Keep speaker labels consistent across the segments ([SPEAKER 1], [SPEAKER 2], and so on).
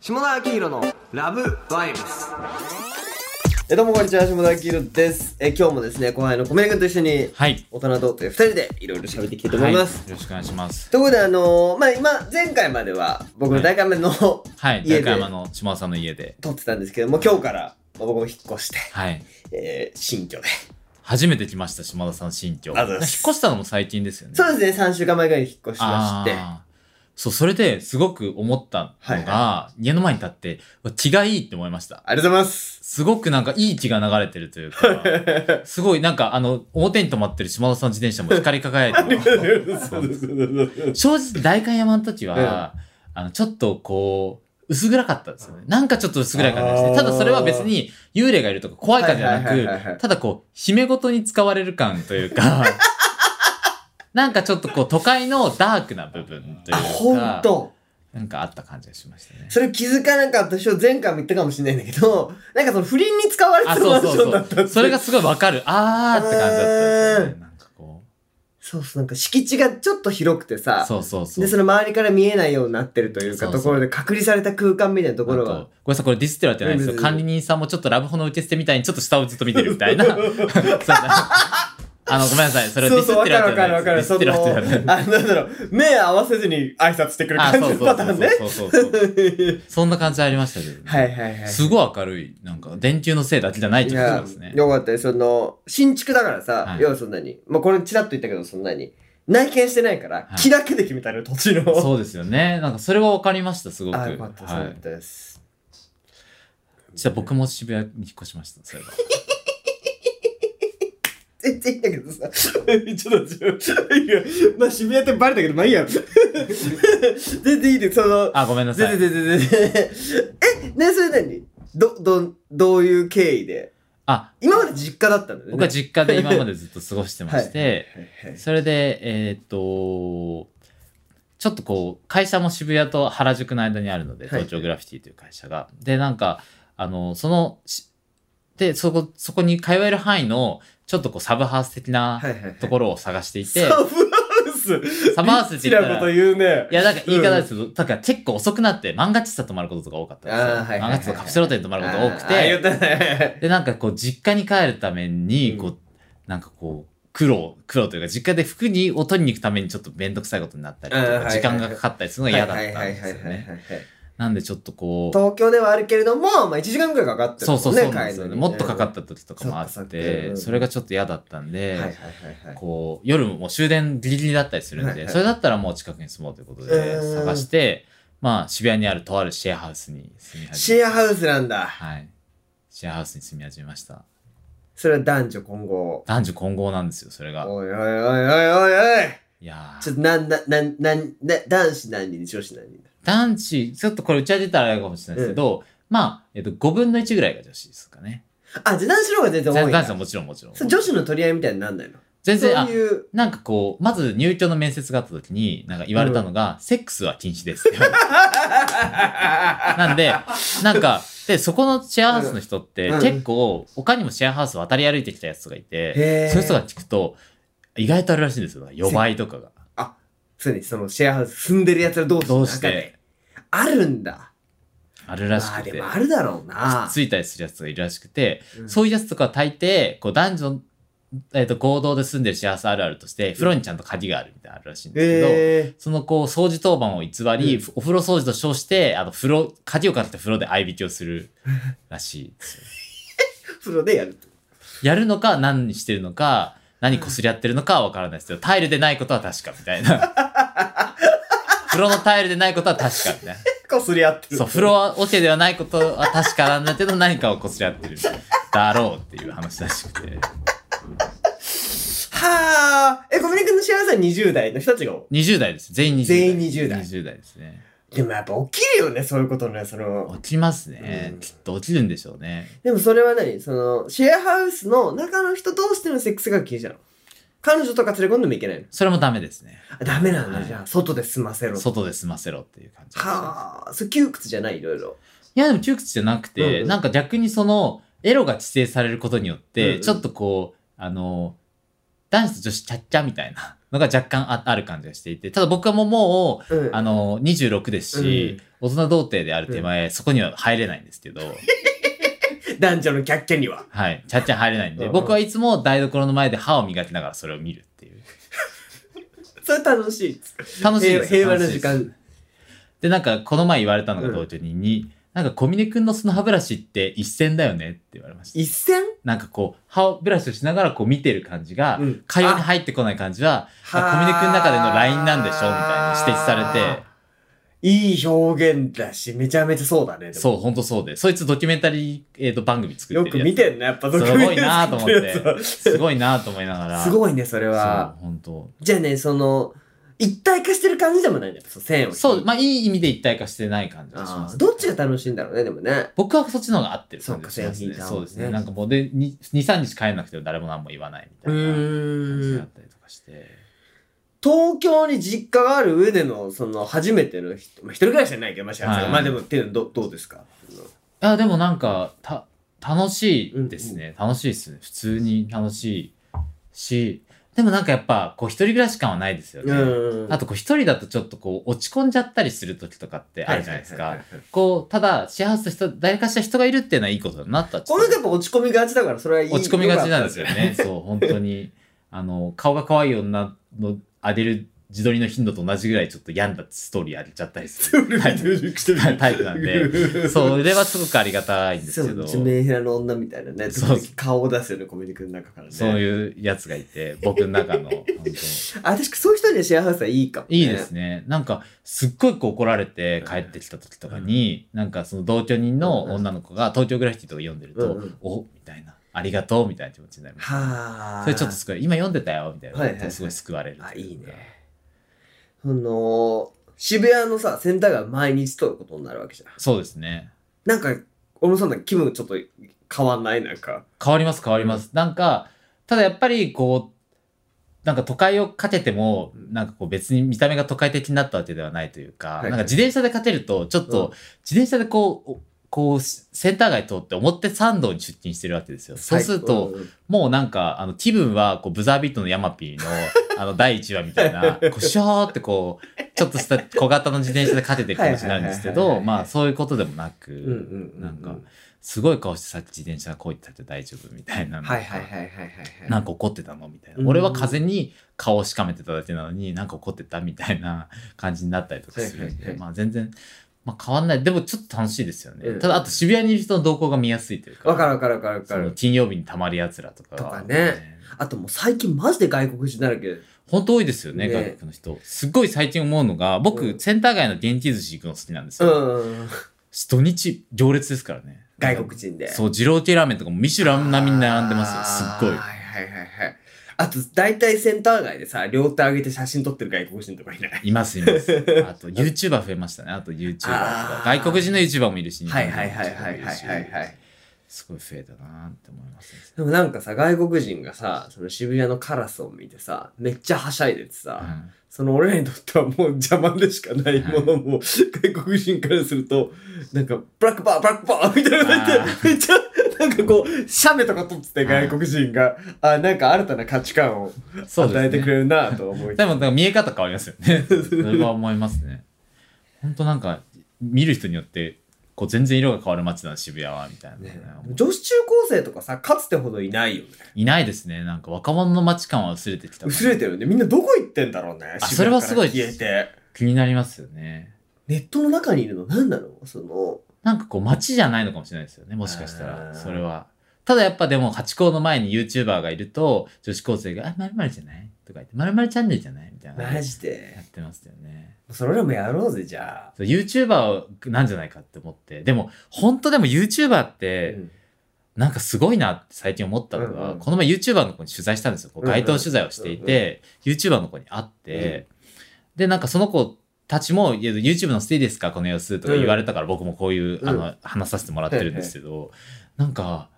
[SPEAKER 1] 下田明宏のラブバイブス
[SPEAKER 2] えどうもこんにちは、下田明宏です。え今日もですね、後輩の小宮君と一緒に、
[SPEAKER 3] はい。
[SPEAKER 2] 大人とという二人でいろいろ喋っていきたいと思います。
[SPEAKER 3] はいよろしくお願いします。
[SPEAKER 2] ということで、あのーまあ、今、前回までは、僕の大会目の、
[SPEAKER 3] はい。
[SPEAKER 2] 家
[SPEAKER 3] 大
[SPEAKER 2] で
[SPEAKER 3] 会山の島尾さんの家で。
[SPEAKER 2] 撮ってたんですけども、今日から、まあ僕も引っ越して、
[SPEAKER 3] はい。
[SPEAKER 2] えー新居で。
[SPEAKER 3] 初めて来ました、島田さん新居。
[SPEAKER 2] ありがとうござい
[SPEAKER 3] 引っ
[SPEAKER 2] ま
[SPEAKER 3] 越
[SPEAKER 2] す
[SPEAKER 3] したのも最近ですよね。
[SPEAKER 2] そうですね、3週間前ぐらいに引っ越しま
[SPEAKER 3] あ
[SPEAKER 2] して、
[SPEAKER 3] ーそう、それですごく思ったのが、家の前に立って、うわ気がいいって思いました。
[SPEAKER 2] ありがとうござ います。
[SPEAKER 3] すごくなんかいい気が流れてるというか、 すごいなんかあの、表に止まってる島田さんの自転車も光り輝いてる。正直、大観山の時は、あの、ちょっとこう、薄暗かったんですよね。なんかちょっと薄暗い感じがし
[SPEAKER 2] あー
[SPEAKER 3] て。ただそれは別に幽霊がいるとか怖い感じじゃな
[SPEAKER 2] はいはいはいはいはい
[SPEAKER 3] く、ただこう、姫ごとに使われる感という か、なんかちょっとこう、都会のダークな部分とい
[SPEAKER 2] あ、
[SPEAKER 3] うか、
[SPEAKER 2] ほんと。
[SPEAKER 3] なんかあった感じがしましたね。
[SPEAKER 2] それ気づかなかった人、前回も言ったかもしれないんだけど、 なんかその不倫に使われて
[SPEAKER 3] あ、
[SPEAKER 2] る
[SPEAKER 3] そ
[SPEAKER 2] マン
[SPEAKER 3] う
[SPEAKER 2] シ
[SPEAKER 3] そう
[SPEAKER 2] ョンだったって
[SPEAKER 3] そう。それがすごいわかる。あーって感じだったんですよね。なんかこ
[SPEAKER 2] そうそう、なんか敷地がちょっと広くて
[SPEAKER 3] う。
[SPEAKER 2] さ、
[SPEAKER 3] そうそうそう。
[SPEAKER 2] で、その周りから見えないようになってるというか、
[SPEAKER 3] そうそう
[SPEAKER 2] ところで隔離された空間みたいなところが
[SPEAKER 3] あと。ごめんなさい、これディスってるわけじゃないです
[SPEAKER 2] う
[SPEAKER 3] よ。
[SPEAKER 2] ん
[SPEAKER 3] 管理人さんもちょっとラブホの受け捨てみたいにちょっと下をずっと見てるみた いな。そうあの、ごめんなさい、それをデ
[SPEAKER 2] そ
[SPEAKER 3] ィ
[SPEAKER 2] う
[SPEAKER 3] ス
[SPEAKER 2] そう、
[SPEAKER 3] っ
[SPEAKER 2] わ
[SPEAKER 3] てる
[SPEAKER 2] か
[SPEAKER 3] わ
[SPEAKER 2] る
[SPEAKER 3] け
[SPEAKER 2] わ
[SPEAKER 3] じ
[SPEAKER 2] かるわか
[SPEAKER 3] ゃないで
[SPEAKER 2] る。
[SPEAKER 3] す。
[SPEAKER 2] そ
[SPEAKER 3] ディ
[SPEAKER 2] の、
[SPEAKER 3] スってるわけじゃない。
[SPEAKER 2] あ、なんだろう、 目合わせずに挨拶してくる
[SPEAKER 3] あ、
[SPEAKER 2] 感じ
[SPEAKER 3] そう
[SPEAKER 2] の
[SPEAKER 3] そ
[SPEAKER 2] パ
[SPEAKER 3] う
[SPEAKER 2] ターンね。
[SPEAKER 3] そうそうそうそう。そんな感じありましたけどね。
[SPEAKER 2] はいはいはい。
[SPEAKER 3] すごい明るい。なんか、電球のせいだけじゃないって
[SPEAKER 2] い
[SPEAKER 3] こと
[SPEAKER 2] や
[SPEAKER 3] ですね、。
[SPEAKER 2] よかったよ。その、新築だからさ
[SPEAKER 3] は、い
[SPEAKER 2] 要はそんなに。まあ、これちらっと言ったけど、そんなに。内見してないから、
[SPEAKER 3] はい
[SPEAKER 2] 木だけで決めたのよ、土地の。
[SPEAKER 3] そうですよね。なんか、それは分かりました、すごく。
[SPEAKER 2] あ、よかったです、
[SPEAKER 3] は
[SPEAKER 2] よかっ
[SPEAKER 3] い。
[SPEAKER 2] たです。
[SPEAKER 3] じゃあ、僕も渋谷に引っ越しました、それは。
[SPEAKER 2] 全然いいんだけどさ。 ちょっと、ちょっと、いや、まあ、渋谷ってバレたけど、まあいいや。 全然いいで、その、
[SPEAKER 3] あ、ごめんなさ
[SPEAKER 2] 全
[SPEAKER 3] い。
[SPEAKER 2] 然全然全然。え、ね、それ何ど、ど、どういう経緯で
[SPEAKER 3] あ、
[SPEAKER 2] 今まで実家だったんだよね。
[SPEAKER 3] 僕は実家で今までずっと過ごしてまし
[SPEAKER 2] は
[SPEAKER 3] て、それで、えーっと、ちょっとこう、会社も渋谷と原宿の間にあるので、
[SPEAKER 2] はい
[SPEAKER 3] 東京グラフィティという会社が。で、なんか、あの、その、しで、そこ、そこに通える範囲の、ちょっとこう、サブハウス的な
[SPEAKER 2] はいはいはい
[SPEAKER 3] ところを探していて、
[SPEAKER 2] サブハウス
[SPEAKER 3] サブハウスって
[SPEAKER 2] ち
[SPEAKER 3] 言った
[SPEAKER 2] ら
[SPEAKER 3] ら
[SPEAKER 2] こと言うね。
[SPEAKER 3] いや、なんか言い方ですけど、だから結構遅くなって、漫画喫茶泊まることとか多かったんですよ。
[SPEAKER 2] あーはいはいはい
[SPEAKER 3] 漫画喫茶とカプセルホテルに泊まることが多く、
[SPEAKER 2] あー言ってたね。
[SPEAKER 3] で、なんかこう、実家に帰るために、こう、
[SPEAKER 2] う
[SPEAKER 3] なんかこう、苦労、苦労というか、実家で服にを取りに行くためにちょっとめんどくさいことになったり
[SPEAKER 2] う
[SPEAKER 3] と
[SPEAKER 2] んはいはい
[SPEAKER 3] か、
[SPEAKER 2] はい
[SPEAKER 3] 時間がかかったりするのが嫌だったんですよ
[SPEAKER 2] はいはいはい
[SPEAKER 3] ね。
[SPEAKER 2] はいはい
[SPEAKER 3] なんでちょっとこう、
[SPEAKER 2] 東京ではあるけれども、まあ1時間くらいかかってる
[SPEAKER 3] そ
[SPEAKER 2] も
[SPEAKER 3] うんそうそうなんですよ
[SPEAKER 2] 帰る
[SPEAKER 3] ね。
[SPEAKER 2] のに
[SPEAKER 3] もっとかかった時とかもあ
[SPEAKER 2] そっ
[SPEAKER 3] っ
[SPEAKER 2] かそっかう
[SPEAKER 3] て、
[SPEAKER 2] ん
[SPEAKER 3] それがちょっと嫌だったんで
[SPEAKER 2] はいはい、はいはい。
[SPEAKER 3] こう、夜も終電ギリギリだったりするん
[SPEAKER 2] はいは
[SPEAKER 3] で、
[SPEAKER 2] い
[SPEAKER 3] それだったらもう近くに住もうということで
[SPEAKER 2] うん、
[SPEAKER 3] 探して、まあ渋谷にあるとあるシェアハウスに住み始めました
[SPEAKER 2] シェアハウスなんだ。
[SPEAKER 3] はい。シェアハウスに住み始めました。
[SPEAKER 2] それは男女混合。
[SPEAKER 3] 男女混合なんですよ、それが。
[SPEAKER 2] おいおいおいおいおいおい
[SPEAKER 3] いやー
[SPEAKER 2] ちょっとなんだ、なん、なん、な男子何人、女子何人だ
[SPEAKER 3] 男子、ちょっとこれ打ち上げたらあれかもしれないですけど、まあ、えっと、5分の1ぐらいが女子ですかね。
[SPEAKER 2] あ、じゃあ男子の方が全然多い
[SPEAKER 3] 男
[SPEAKER 2] んだ。
[SPEAKER 3] 子はもちろんもちろん。
[SPEAKER 2] それ女子の取り合いみたいになんないの
[SPEAKER 3] 全然、
[SPEAKER 2] そ
[SPEAKER 3] あ
[SPEAKER 2] う、いう。
[SPEAKER 3] なんかこう、まず入居の面接があった時に、なんか言われたのが、セックスは禁止ですって言われて。なんで、なんか、で、そこのシェアハウスの人って、
[SPEAKER 2] うん
[SPEAKER 3] 結構、他にもシェアハウス渡り歩いてきたやつとかいて、
[SPEAKER 2] へ
[SPEAKER 3] そういう人が聞くと、意外とあるらしいんですよ。予倍とかが。
[SPEAKER 2] 常にそのシェアハウス住んでる奴ら同士の
[SPEAKER 3] どうし
[SPEAKER 2] 中
[SPEAKER 3] て
[SPEAKER 2] で。あるんだ。
[SPEAKER 3] あるらし
[SPEAKER 2] まあ
[SPEAKER 3] く
[SPEAKER 2] で
[SPEAKER 3] て。
[SPEAKER 2] もあるだろうな。
[SPEAKER 3] ついたりするやつがいるらしくて、
[SPEAKER 2] うん
[SPEAKER 3] そういうやつとかは大抵、こう男女、えっ、と、合同で住んでる幸せあるあるとして、風呂にちゃんと鍵があるみたいなのあるらしいんですけど、
[SPEAKER 2] え
[SPEAKER 3] そのこう、掃除当番を偽り、お風呂掃除と称して、あの、風呂、鍵をかけて風呂で合いびきをするらしいですよ。
[SPEAKER 2] ー、プロでやると。
[SPEAKER 3] やるのか、何してるのか、何こすり合ってるのかはわからないですけど、タイルでないことは確かみたいな。 風呂のタイルでないことは確かみたいな。
[SPEAKER 2] こすり合ってる。
[SPEAKER 3] そう、風呂はオケではないことは確かなんだけど、何かをこすり合ってる。だろうっていう話らしくて。
[SPEAKER 2] はあ。え、小峰君のシェアハウスは20代の人たちが多
[SPEAKER 3] 20代です。全員20代。
[SPEAKER 2] 全員20代
[SPEAKER 3] 20代ですね。
[SPEAKER 2] い。でもやっぱ起きるよね、そういうことね、その。
[SPEAKER 3] 落ちますね。
[SPEAKER 2] うん
[SPEAKER 3] きっと落ちるんでしょうね。
[SPEAKER 2] でもそれは何その、シェアハウスの中の人同士でのセックスが禁止なの彼女とか連れ込んでもいけないの
[SPEAKER 3] それもダメですね。
[SPEAKER 2] あダメなんだ、
[SPEAKER 3] はい
[SPEAKER 2] じゃあ。外で済ませろ。
[SPEAKER 3] 外で済ませろっていう感じですね、
[SPEAKER 2] はあ。それ窮屈じゃない、いろいろ。
[SPEAKER 3] いや、でも窮屈じゃなくて、
[SPEAKER 2] うんうん
[SPEAKER 3] なんか逆にその、エロが規制されることによって、
[SPEAKER 2] うんうん
[SPEAKER 3] ちょっとこう、あの、男子と女子ちゃっちゃみたいなのが若干あある感じがしていて、ただ僕はもうもう、
[SPEAKER 2] うん
[SPEAKER 3] あの、26ですし、大人童貞である手前、そこには入れないんですけど、
[SPEAKER 2] 男女のキャッキャには。
[SPEAKER 3] はい、ちゃっちゃ入れないん
[SPEAKER 2] うん
[SPEAKER 3] で、
[SPEAKER 2] うん
[SPEAKER 3] 僕はいつも台所の前で歯を磨きながらそれを見るっていう。
[SPEAKER 2] それ楽しいっす。
[SPEAKER 3] 楽しいですよ
[SPEAKER 2] 平和な
[SPEAKER 3] 楽しい
[SPEAKER 2] 時
[SPEAKER 3] です
[SPEAKER 2] 間。
[SPEAKER 3] で、なんか、この前言われたのが同居人に、なんか、小峰くんのその歯ブラシって一線だよねって言われました。
[SPEAKER 2] 一線
[SPEAKER 3] なんかこう、歯ブラシをしながらこう見てる感じが
[SPEAKER 2] うん、
[SPEAKER 3] 会話に入ってこない感じは、あ小峰くんの中でのラインなんでしょみたいな指摘されて。
[SPEAKER 2] いい表現だし、めちゃめちゃそうだね。でも
[SPEAKER 3] そう、ほんとそうで。そいつドキュメンタリー、えー、と番組作っ
[SPEAKER 2] よ
[SPEAKER 3] てる
[SPEAKER 2] く
[SPEAKER 3] やつ。
[SPEAKER 2] 見てんね、やっぱド
[SPEAKER 3] す
[SPEAKER 2] キュメンタ
[SPEAKER 3] ごい
[SPEAKER 2] リー
[SPEAKER 3] なと思っ
[SPEAKER 2] 作るや
[SPEAKER 3] て。
[SPEAKER 2] つ
[SPEAKER 3] すごいなと思いなが
[SPEAKER 2] は
[SPEAKER 3] ら。
[SPEAKER 2] す
[SPEAKER 3] い。
[SPEAKER 2] ごいね、それ
[SPEAKER 3] そう
[SPEAKER 2] は、。
[SPEAKER 3] ほんと。
[SPEAKER 2] じゃあね、その、一体化してる感じでもないんだよ、そう線を引いて。
[SPEAKER 3] そう、まあ、いい意味で一体化してない感じがしま
[SPEAKER 2] あ
[SPEAKER 3] す
[SPEAKER 2] ー。どっちが楽しいんだろうね、でもね。
[SPEAKER 3] 僕はそっちの方が合ってる感じがし
[SPEAKER 2] そう
[SPEAKER 3] ま
[SPEAKER 2] か
[SPEAKER 3] す
[SPEAKER 2] 線引い
[SPEAKER 3] ね。
[SPEAKER 2] た方がね
[SPEAKER 3] そうですね。なんかもう、で、2、3日帰んなくても誰も何も言わないみた
[SPEAKER 2] う
[SPEAKER 3] いな感じ
[SPEAKER 2] ー
[SPEAKER 3] だっ
[SPEAKER 2] ん。
[SPEAKER 3] たりとかして。
[SPEAKER 2] 東京に実家がある上での、その、初めての人、まあ、一人暮らしじゃないけど、まあ、し
[SPEAKER 3] はい
[SPEAKER 2] まあでも、っていうのはどどうですか
[SPEAKER 3] いや、でもなんか、た、楽しいですね。楽しいですね。普通に楽しいし、でもなんかやっぱ、こう、一人暮らし感はないですよ
[SPEAKER 2] う
[SPEAKER 3] ね。
[SPEAKER 2] ーん。
[SPEAKER 3] あと、こう、一人だとちょっとこう、落ち込んじゃったりする時とかってあるじゃないです
[SPEAKER 2] はいは
[SPEAKER 3] か
[SPEAKER 2] いはいはい。
[SPEAKER 3] こう、ただ、幸せと人、誰かしら人がいるっていうのはいいことだなとはちょ
[SPEAKER 2] この
[SPEAKER 3] っと
[SPEAKER 2] 人やっぱ落ち込みがちだから、それはいい。
[SPEAKER 3] 落ち込みがちなんですよね。そう、本当に。あの、顔が可愛い女のあげる自撮りの頻度と同じぐらいちょっと病んだストーリーあげちゃったりするタイプタイプな んで、それはすごくありがたいんです
[SPEAKER 2] そ
[SPEAKER 3] けど
[SPEAKER 2] う、。地面平の女みたいなね、時
[SPEAKER 3] そう
[SPEAKER 2] 々顔を出すよね、コミュニケーの中からね。
[SPEAKER 3] そういうやつがいて、僕の中 の、本当
[SPEAKER 2] あ、確かそういう人にはシェアハウスはいいかも、ね。
[SPEAKER 3] いいですね。なんか、すっごいこう怒られて帰ってきた時とかに、なんかその同居人の女の子が東京グラフィティとか読んでると、
[SPEAKER 2] うんうん
[SPEAKER 3] おみたいな、ありがとうみたいな気持ちになります。
[SPEAKER 2] はあ。
[SPEAKER 3] それちょっとすごい、今読んでたよみたいな、
[SPEAKER 2] はいはいはい
[SPEAKER 3] すごい救われるとうか
[SPEAKER 2] あいいねその、渋谷のさ、センター街毎日通ることになるわけじゃん。
[SPEAKER 3] そうですね。
[SPEAKER 2] なんか、小野さんなんか気分ちょっと変わんないなんか。
[SPEAKER 3] 変わります変わります。なんか、ただやっぱりこう、なんか都会をかけても、なんかこう別に見た目が都会的になったわけではないというか、
[SPEAKER 2] はい
[SPEAKER 3] なんか自転車で勝てると、ちょっ
[SPEAKER 2] うん
[SPEAKER 3] と、自転車でこう、おこう、センター街通って表参道に出勤してるわけですよ。そうすると、
[SPEAKER 2] はい、うん
[SPEAKER 3] もうなんか、あの、気分は、こう、ブザービートのヤマピーの、あの、第1話みたいな、こう、シャーってこう、ちょっとした小型の自転車で勝ててる感じになるんですけ
[SPEAKER 2] はいはいはい
[SPEAKER 3] ど、
[SPEAKER 2] はい
[SPEAKER 3] まあ、そういうことでもな
[SPEAKER 2] うん
[SPEAKER 3] く、
[SPEAKER 2] うんう
[SPEAKER 3] なんか、すごい顔してさっき自転車がこう言ってたって大丈夫みたいなのとか。
[SPEAKER 2] はいはいはいはいはいはい。
[SPEAKER 3] なんか怒ってたのみたい
[SPEAKER 2] うん
[SPEAKER 3] な。俺は風に顔をしかめてただけなのに、なんか怒ってたみたいな 感じになったりとかするん
[SPEAKER 2] はいはいは
[SPEAKER 3] で、
[SPEAKER 2] い
[SPEAKER 3] まあ全然、まあ変わんない。でもちょっと楽しいですよ
[SPEAKER 2] うん
[SPEAKER 3] ね。ただ、あと渋谷にいる人の動向が見やすいというか。
[SPEAKER 2] わかるわかるわかるわか
[SPEAKER 3] その
[SPEAKER 2] る。
[SPEAKER 3] 金曜日にたまるやつらとか
[SPEAKER 2] と
[SPEAKER 3] は。
[SPEAKER 2] かねあともう最近マジで外国人だらけ。
[SPEAKER 3] 本当多いですよね、
[SPEAKER 2] ね
[SPEAKER 3] 外国の人。すっごい最近思うのが、僕、
[SPEAKER 2] うん
[SPEAKER 3] センター街の現地寿司行くの好きなんです
[SPEAKER 2] う
[SPEAKER 3] よ。
[SPEAKER 2] ん。
[SPEAKER 3] 土日、行列ですからね。
[SPEAKER 2] 外国人で。
[SPEAKER 3] そう、二郎系ラーメンとかもミシュラン並みに並んでますよ。すっご
[SPEAKER 2] はい
[SPEAKER 3] い。
[SPEAKER 2] はいはいはい。あと、大体センター街でさ、両手上げて写真撮ってる外国人とかいない。
[SPEAKER 3] います、います。 あと、YouTuber 増えましたね。あと、YouTuber と
[SPEAKER 2] あ
[SPEAKER 3] か。
[SPEAKER 2] ー
[SPEAKER 3] 外国人の YouTuber もいるし、
[SPEAKER 2] はいはいはいはいはい
[SPEAKER 3] 日
[SPEAKER 2] は
[SPEAKER 3] 本
[SPEAKER 2] い
[SPEAKER 3] 人の YouTuber も
[SPEAKER 2] は
[SPEAKER 3] るし
[SPEAKER 2] い。
[SPEAKER 3] すごい増えたなって思いますね。
[SPEAKER 2] でもなんかさ、外国人がさ、その渋谷のカラスを見てさ、めっちゃはしゃいでてさ、
[SPEAKER 3] うん
[SPEAKER 2] その俺らにとってはもう邪魔でしかないものも、外国人からすると、なんか、ブラックバー、ブラックバーみたいな
[SPEAKER 3] あ
[SPEAKER 2] 感じで、めっちゃ、なんかこう、写メとか撮ってて外国人が、あ、なんか新たな価値観を
[SPEAKER 3] そうですね
[SPEAKER 2] 与えてくれるなと思い、
[SPEAKER 3] でも、なんか見え方変わりますよ ね。それは思いますね。本当なんか、見る人によって、こう、全然色が変わる街だな、渋谷は、みたいなね、
[SPEAKER 2] ね女子中高生とかさ、かつてほどいないよね。
[SPEAKER 3] いないですね。なんか、若者の街感は薄れてきた。
[SPEAKER 2] 薄れてるよね。みんなどこ行ってんだろうね。渋谷
[SPEAKER 3] あ
[SPEAKER 2] から
[SPEAKER 3] それはすごい
[SPEAKER 2] 消えて。
[SPEAKER 3] 気になりますよね。
[SPEAKER 2] ネットの中にいるの何なのその、
[SPEAKER 3] なんかこう、街じゃないのかもしれないですよね。もしかした
[SPEAKER 2] あー
[SPEAKER 3] ら、それは。ただやっぱでも、ハチ公の前に YouTuber がいると、女子高生が、あ、まるじゃないとか言って、まるチャンネルじゃないみたいな。
[SPEAKER 2] マ
[SPEAKER 3] や
[SPEAKER 2] ジで。
[SPEAKER 3] ってますよね。
[SPEAKER 2] それらもやろうぜ、じゃあ。
[SPEAKER 3] そう YouTuber なんじゃないかって思って。でも、本当でも YouTuber っ
[SPEAKER 2] う
[SPEAKER 3] て、
[SPEAKER 2] ん
[SPEAKER 3] なんかすごいなって最近思ったの
[SPEAKER 2] うん
[SPEAKER 3] が、
[SPEAKER 2] うん
[SPEAKER 3] この前 YouTuber の子に取材したんですよ。こう
[SPEAKER 2] うんうん
[SPEAKER 3] 街頭取材をしていて、YouTuber の子に会って、で、なんかその子たちも、いや YouTube のステイですかこの様子とか言われたから、僕もこういう、
[SPEAKER 2] うん
[SPEAKER 3] あの、話させてもらってるんですけど、なんか、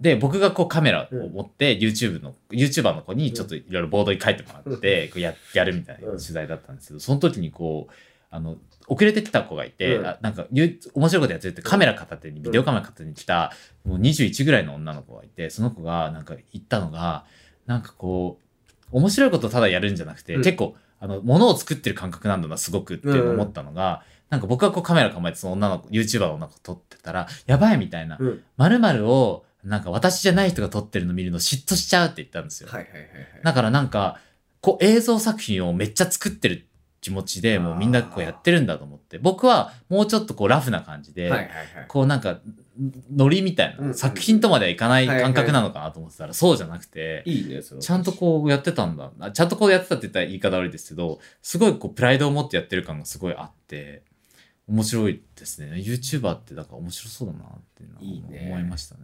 [SPEAKER 3] で、僕がこうカメラを持って、YouTube の、YouTuber の子にちょっといろいろボードに書いてもらって、こうややるみたいな取材だったんですけど、その時にこう、あの、遅れてきた子がいて、
[SPEAKER 2] うん
[SPEAKER 3] あなんか、ゆ面白いことやってるってカメラ片手に、ビデオカメラ片手に来た、もう21ぐらいの女の子がいて、その子がなんか言ったのが、なんかこう、面白いことをただやるんじゃなくて、
[SPEAKER 2] うん
[SPEAKER 3] 結構、あの、ものを作ってる感覚なんだな、すごくっていうのを思ったのが、なんか僕がこうカメラ構えて、その女の子、YouTuber の女の子撮ってたら、やばいみたいな、
[SPEAKER 2] うん
[SPEAKER 3] 〇〇を、なんか私じゃない人が撮ってるの見るの嫉妬しちゃうって言ったんですよ。
[SPEAKER 2] はいはいはいはい。
[SPEAKER 3] だからなんか、こう映像作品をめっちゃ作ってる気持ちで、もうみんなこうやってるんだと思って、僕はもうちょっとこうラフな感じ
[SPEAKER 2] は
[SPEAKER 3] で、
[SPEAKER 2] いはいはい。
[SPEAKER 3] こうなんか、ノリみたいな、
[SPEAKER 2] うん
[SPEAKER 3] 作品とまではいかない
[SPEAKER 2] はいはい
[SPEAKER 3] 感覚なのかなと思ってたら、そうじゃなくて、
[SPEAKER 2] いいね、それは
[SPEAKER 3] ちゃんとこうやってたんだな。ちゃんとこうやってたって言ったら言い方悪いですけど、すごいこうプライドを持ってやってる感がすごいあって、面白いですね。YouTuber ってだから面白そうだなっていうのはい
[SPEAKER 2] いね
[SPEAKER 3] 思いましたね。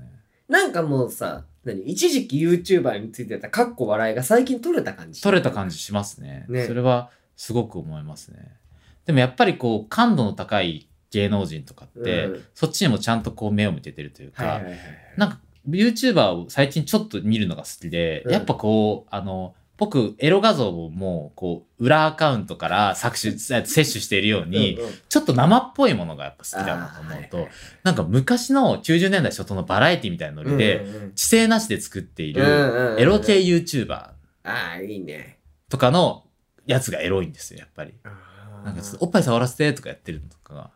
[SPEAKER 2] なんかもうさ、何一時期 YouTuber についてたかっこ笑いが最近取れた感じ。
[SPEAKER 3] 取れた感じしますね。
[SPEAKER 2] ね
[SPEAKER 3] それはすごく思いますね。でもやっぱりこう感度の高い芸能人とかって、
[SPEAKER 2] うん
[SPEAKER 3] そっちにもちゃんとこう目を向けてるというか、
[SPEAKER 2] はいはいはいはい。
[SPEAKER 3] なんか YouTuber を最近ちょっと見るのが好きで、
[SPEAKER 2] うん
[SPEAKER 3] やっぱこう、あの、僕、エロ画像をもう、こう、裏アカウントから搾取、え摂取しているように、
[SPEAKER 2] うんうん
[SPEAKER 3] ちょっと生っぽいものがやっぱ好きだなと思う
[SPEAKER 2] あー
[SPEAKER 3] と、
[SPEAKER 2] はいはい
[SPEAKER 3] なんか昔の90年代初頭のバラエティみたいなノリで、
[SPEAKER 2] うんうんうん
[SPEAKER 3] 知性なしで作ってい
[SPEAKER 2] うんうんうんう
[SPEAKER 3] る
[SPEAKER 2] ん
[SPEAKER 3] エロ系 YouTuber
[SPEAKER 2] ああ、いいね。
[SPEAKER 3] とかのやつがエロいんですよ、やっぱり。
[SPEAKER 2] な
[SPEAKER 3] なんかちょっとおっぱい触らせてとかやってるのとかが、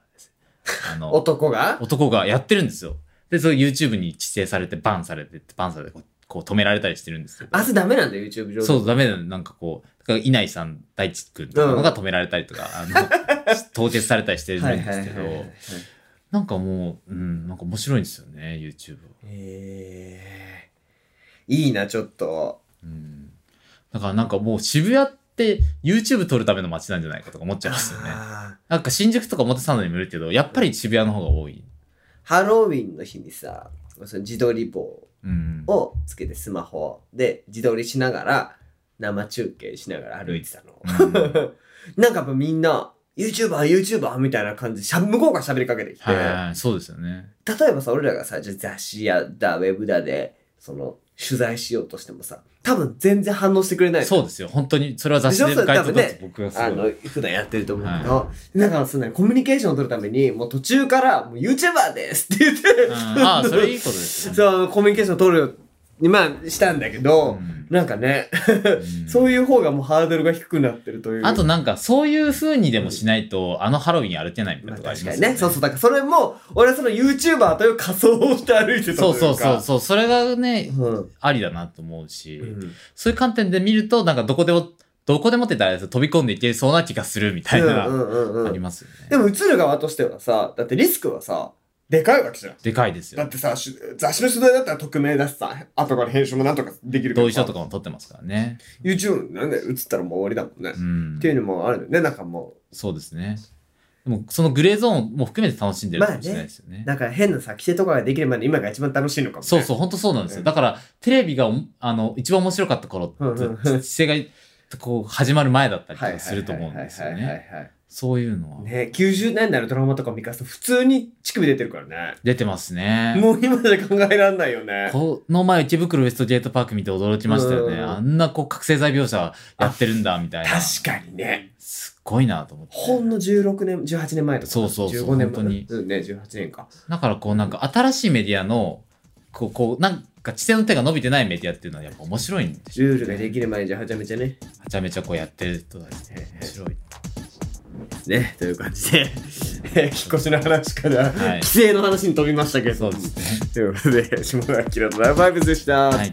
[SPEAKER 3] あの、
[SPEAKER 2] 男が
[SPEAKER 3] 男がやってるんですよ。で、それ YouTube に規制されて、バンされて、バンされてこう、こう止められたりしてるんですけど。
[SPEAKER 2] あ、それダメなんだ、YouTube 上で。
[SPEAKER 3] そう、ダメだよ。なんかこう、だから稲井さん、大地君とかのが止められたりとか、あの、凍結されたりしてるん
[SPEAKER 2] はい
[SPEAKER 3] で
[SPEAKER 2] はい
[SPEAKER 3] す
[SPEAKER 2] はい
[SPEAKER 3] け
[SPEAKER 2] はいはい
[SPEAKER 3] ど、なんかもう、うん、なんか面白いんですよね、YouTube。
[SPEAKER 2] へーいいな、ちょっと。
[SPEAKER 3] うん。だからなんかもう渋谷って YouTube 撮るための街なんじゃないかとか思っちゃいますよね。
[SPEAKER 2] あー
[SPEAKER 3] なんか新宿とか表参道にもいるけど、やっぱり渋谷の方が多い。
[SPEAKER 2] ハロウィンの日にさ、その自撮り棒
[SPEAKER 3] うん。
[SPEAKER 2] をつけてスマホで自撮りしながら、生中継しながら歩いてたの。
[SPEAKER 3] うん
[SPEAKER 2] なんかやっぱみんな、YouTuber、YouTuber みたいな感じでしゃ、向こうが喋りかけてきて、
[SPEAKER 3] はい、そうですよね。
[SPEAKER 2] 例えばさ、俺らがさ、じゃあ雑誌やだ、ウェブだで、その、取材しようとしてもさ、多分全然反応してくれないの
[SPEAKER 3] そうですよ。本当に、それは雑誌で
[SPEAKER 2] でしょ
[SPEAKER 3] 書いて
[SPEAKER 2] 多分ね
[SPEAKER 3] た僕がす
[SPEAKER 2] あ
[SPEAKER 3] ご
[SPEAKER 2] の
[SPEAKER 3] い。
[SPEAKER 2] 普段やってると思うけど、だからそのねコミュニケーションを取るためにもう途中から「もう YouTuber です」って言って、
[SPEAKER 3] うんああ、それいいことですよね。
[SPEAKER 2] そうコミュニケーションを取るようにまあしたんだけど、
[SPEAKER 3] うん
[SPEAKER 2] なんかね、
[SPEAKER 3] ん
[SPEAKER 2] そういう方がもうハードルが低くなってるという
[SPEAKER 3] あとなんか、そういう風にでもしないと、あのハロウィン歩けないみたいな
[SPEAKER 2] まあ
[SPEAKER 3] とこあり
[SPEAKER 2] 確
[SPEAKER 3] ま
[SPEAKER 2] か
[SPEAKER 3] す
[SPEAKER 2] に
[SPEAKER 3] よ
[SPEAKER 2] ねそうそうだからそれも俺はその YouTuber という仮装をして歩いてた
[SPEAKER 3] そ
[SPEAKER 2] といううか
[SPEAKER 3] そうそうそう。それがね、
[SPEAKER 2] うん
[SPEAKER 3] ありだなと思うし、
[SPEAKER 2] うん
[SPEAKER 3] そういう観点で見ると、なんかどこでも、どこでもって言ったらあれですけど飛び込んでいけそうな気がするみたいな、
[SPEAKER 2] うんうんうんうん
[SPEAKER 3] ありますよね。
[SPEAKER 2] でも映る側としてはさだってリスクはさでかいわけじゃん
[SPEAKER 3] でかいです
[SPEAKER 2] だ
[SPEAKER 3] よ
[SPEAKER 2] っ。てさ、し雑誌の取材だったら匿名だしさ、後から編集もなんとかできるけ
[SPEAKER 3] 同
[SPEAKER 2] ど
[SPEAKER 3] 意
[SPEAKER 2] さ
[SPEAKER 3] 書とかも取ってますからね。
[SPEAKER 2] YouTube なんで映ったらもう終わりだもんね。
[SPEAKER 3] う
[SPEAKER 2] っ
[SPEAKER 3] ん
[SPEAKER 2] て。いうのもあるよね、なんかも
[SPEAKER 3] そうですね。でも、そのグレーゾーンも含めて楽しんでるかもしれないですよね
[SPEAKER 2] う。。なんか変なさ、規制とかができるまで今が一番楽しいのかも、ね。
[SPEAKER 3] そうそう、本当そうなんです
[SPEAKER 2] う
[SPEAKER 3] よ。
[SPEAKER 2] ん
[SPEAKER 3] だから、テレビがお、あの、一番面白かった頃
[SPEAKER 2] うんうんうん、
[SPEAKER 3] 姿勢が、こう、始まる前だったりと
[SPEAKER 2] はいはいはいはいはいはい。
[SPEAKER 3] かすると思うんですよね。そういうのは。
[SPEAKER 2] ね90年代のドラマとか見返すと普通に乳首出てるからね。
[SPEAKER 3] 出てますね。
[SPEAKER 2] もう今じゃ考えられないよね。
[SPEAKER 3] この前、池袋ウエストゲートパーク見て驚きましたよね。
[SPEAKER 2] うん
[SPEAKER 3] あんな、こう、覚醒剤描写やってるんだ、みたいな。
[SPEAKER 2] 確かにね。
[SPEAKER 3] すっごいなと思って。
[SPEAKER 2] ほんの16年、18年前とか。
[SPEAKER 3] そうそうそう
[SPEAKER 2] 15年前。
[SPEAKER 3] 本当に
[SPEAKER 2] うんね、18年か。
[SPEAKER 3] だから、こう、なんか、新しいメディアの、こう、こう、なんか、知性の手が伸びてないメディアっていうのは、やっぱ面白いんでしょうね
[SPEAKER 2] ルールができる前じゃはちゃめちゃね。
[SPEAKER 3] はちゃめちゃこうやってる人だしね。面白い。
[SPEAKER 2] ね、という感じで、えー引っ越しの話から、
[SPEAKER 3] はい
[SPEAKER 2] 規制の話に飛びましたけど、
[SPEAKER 3] そうですね。
[SPEAKER 2] ということで、下田明のラブバイブズでした。
[SPEAKER 3] はい。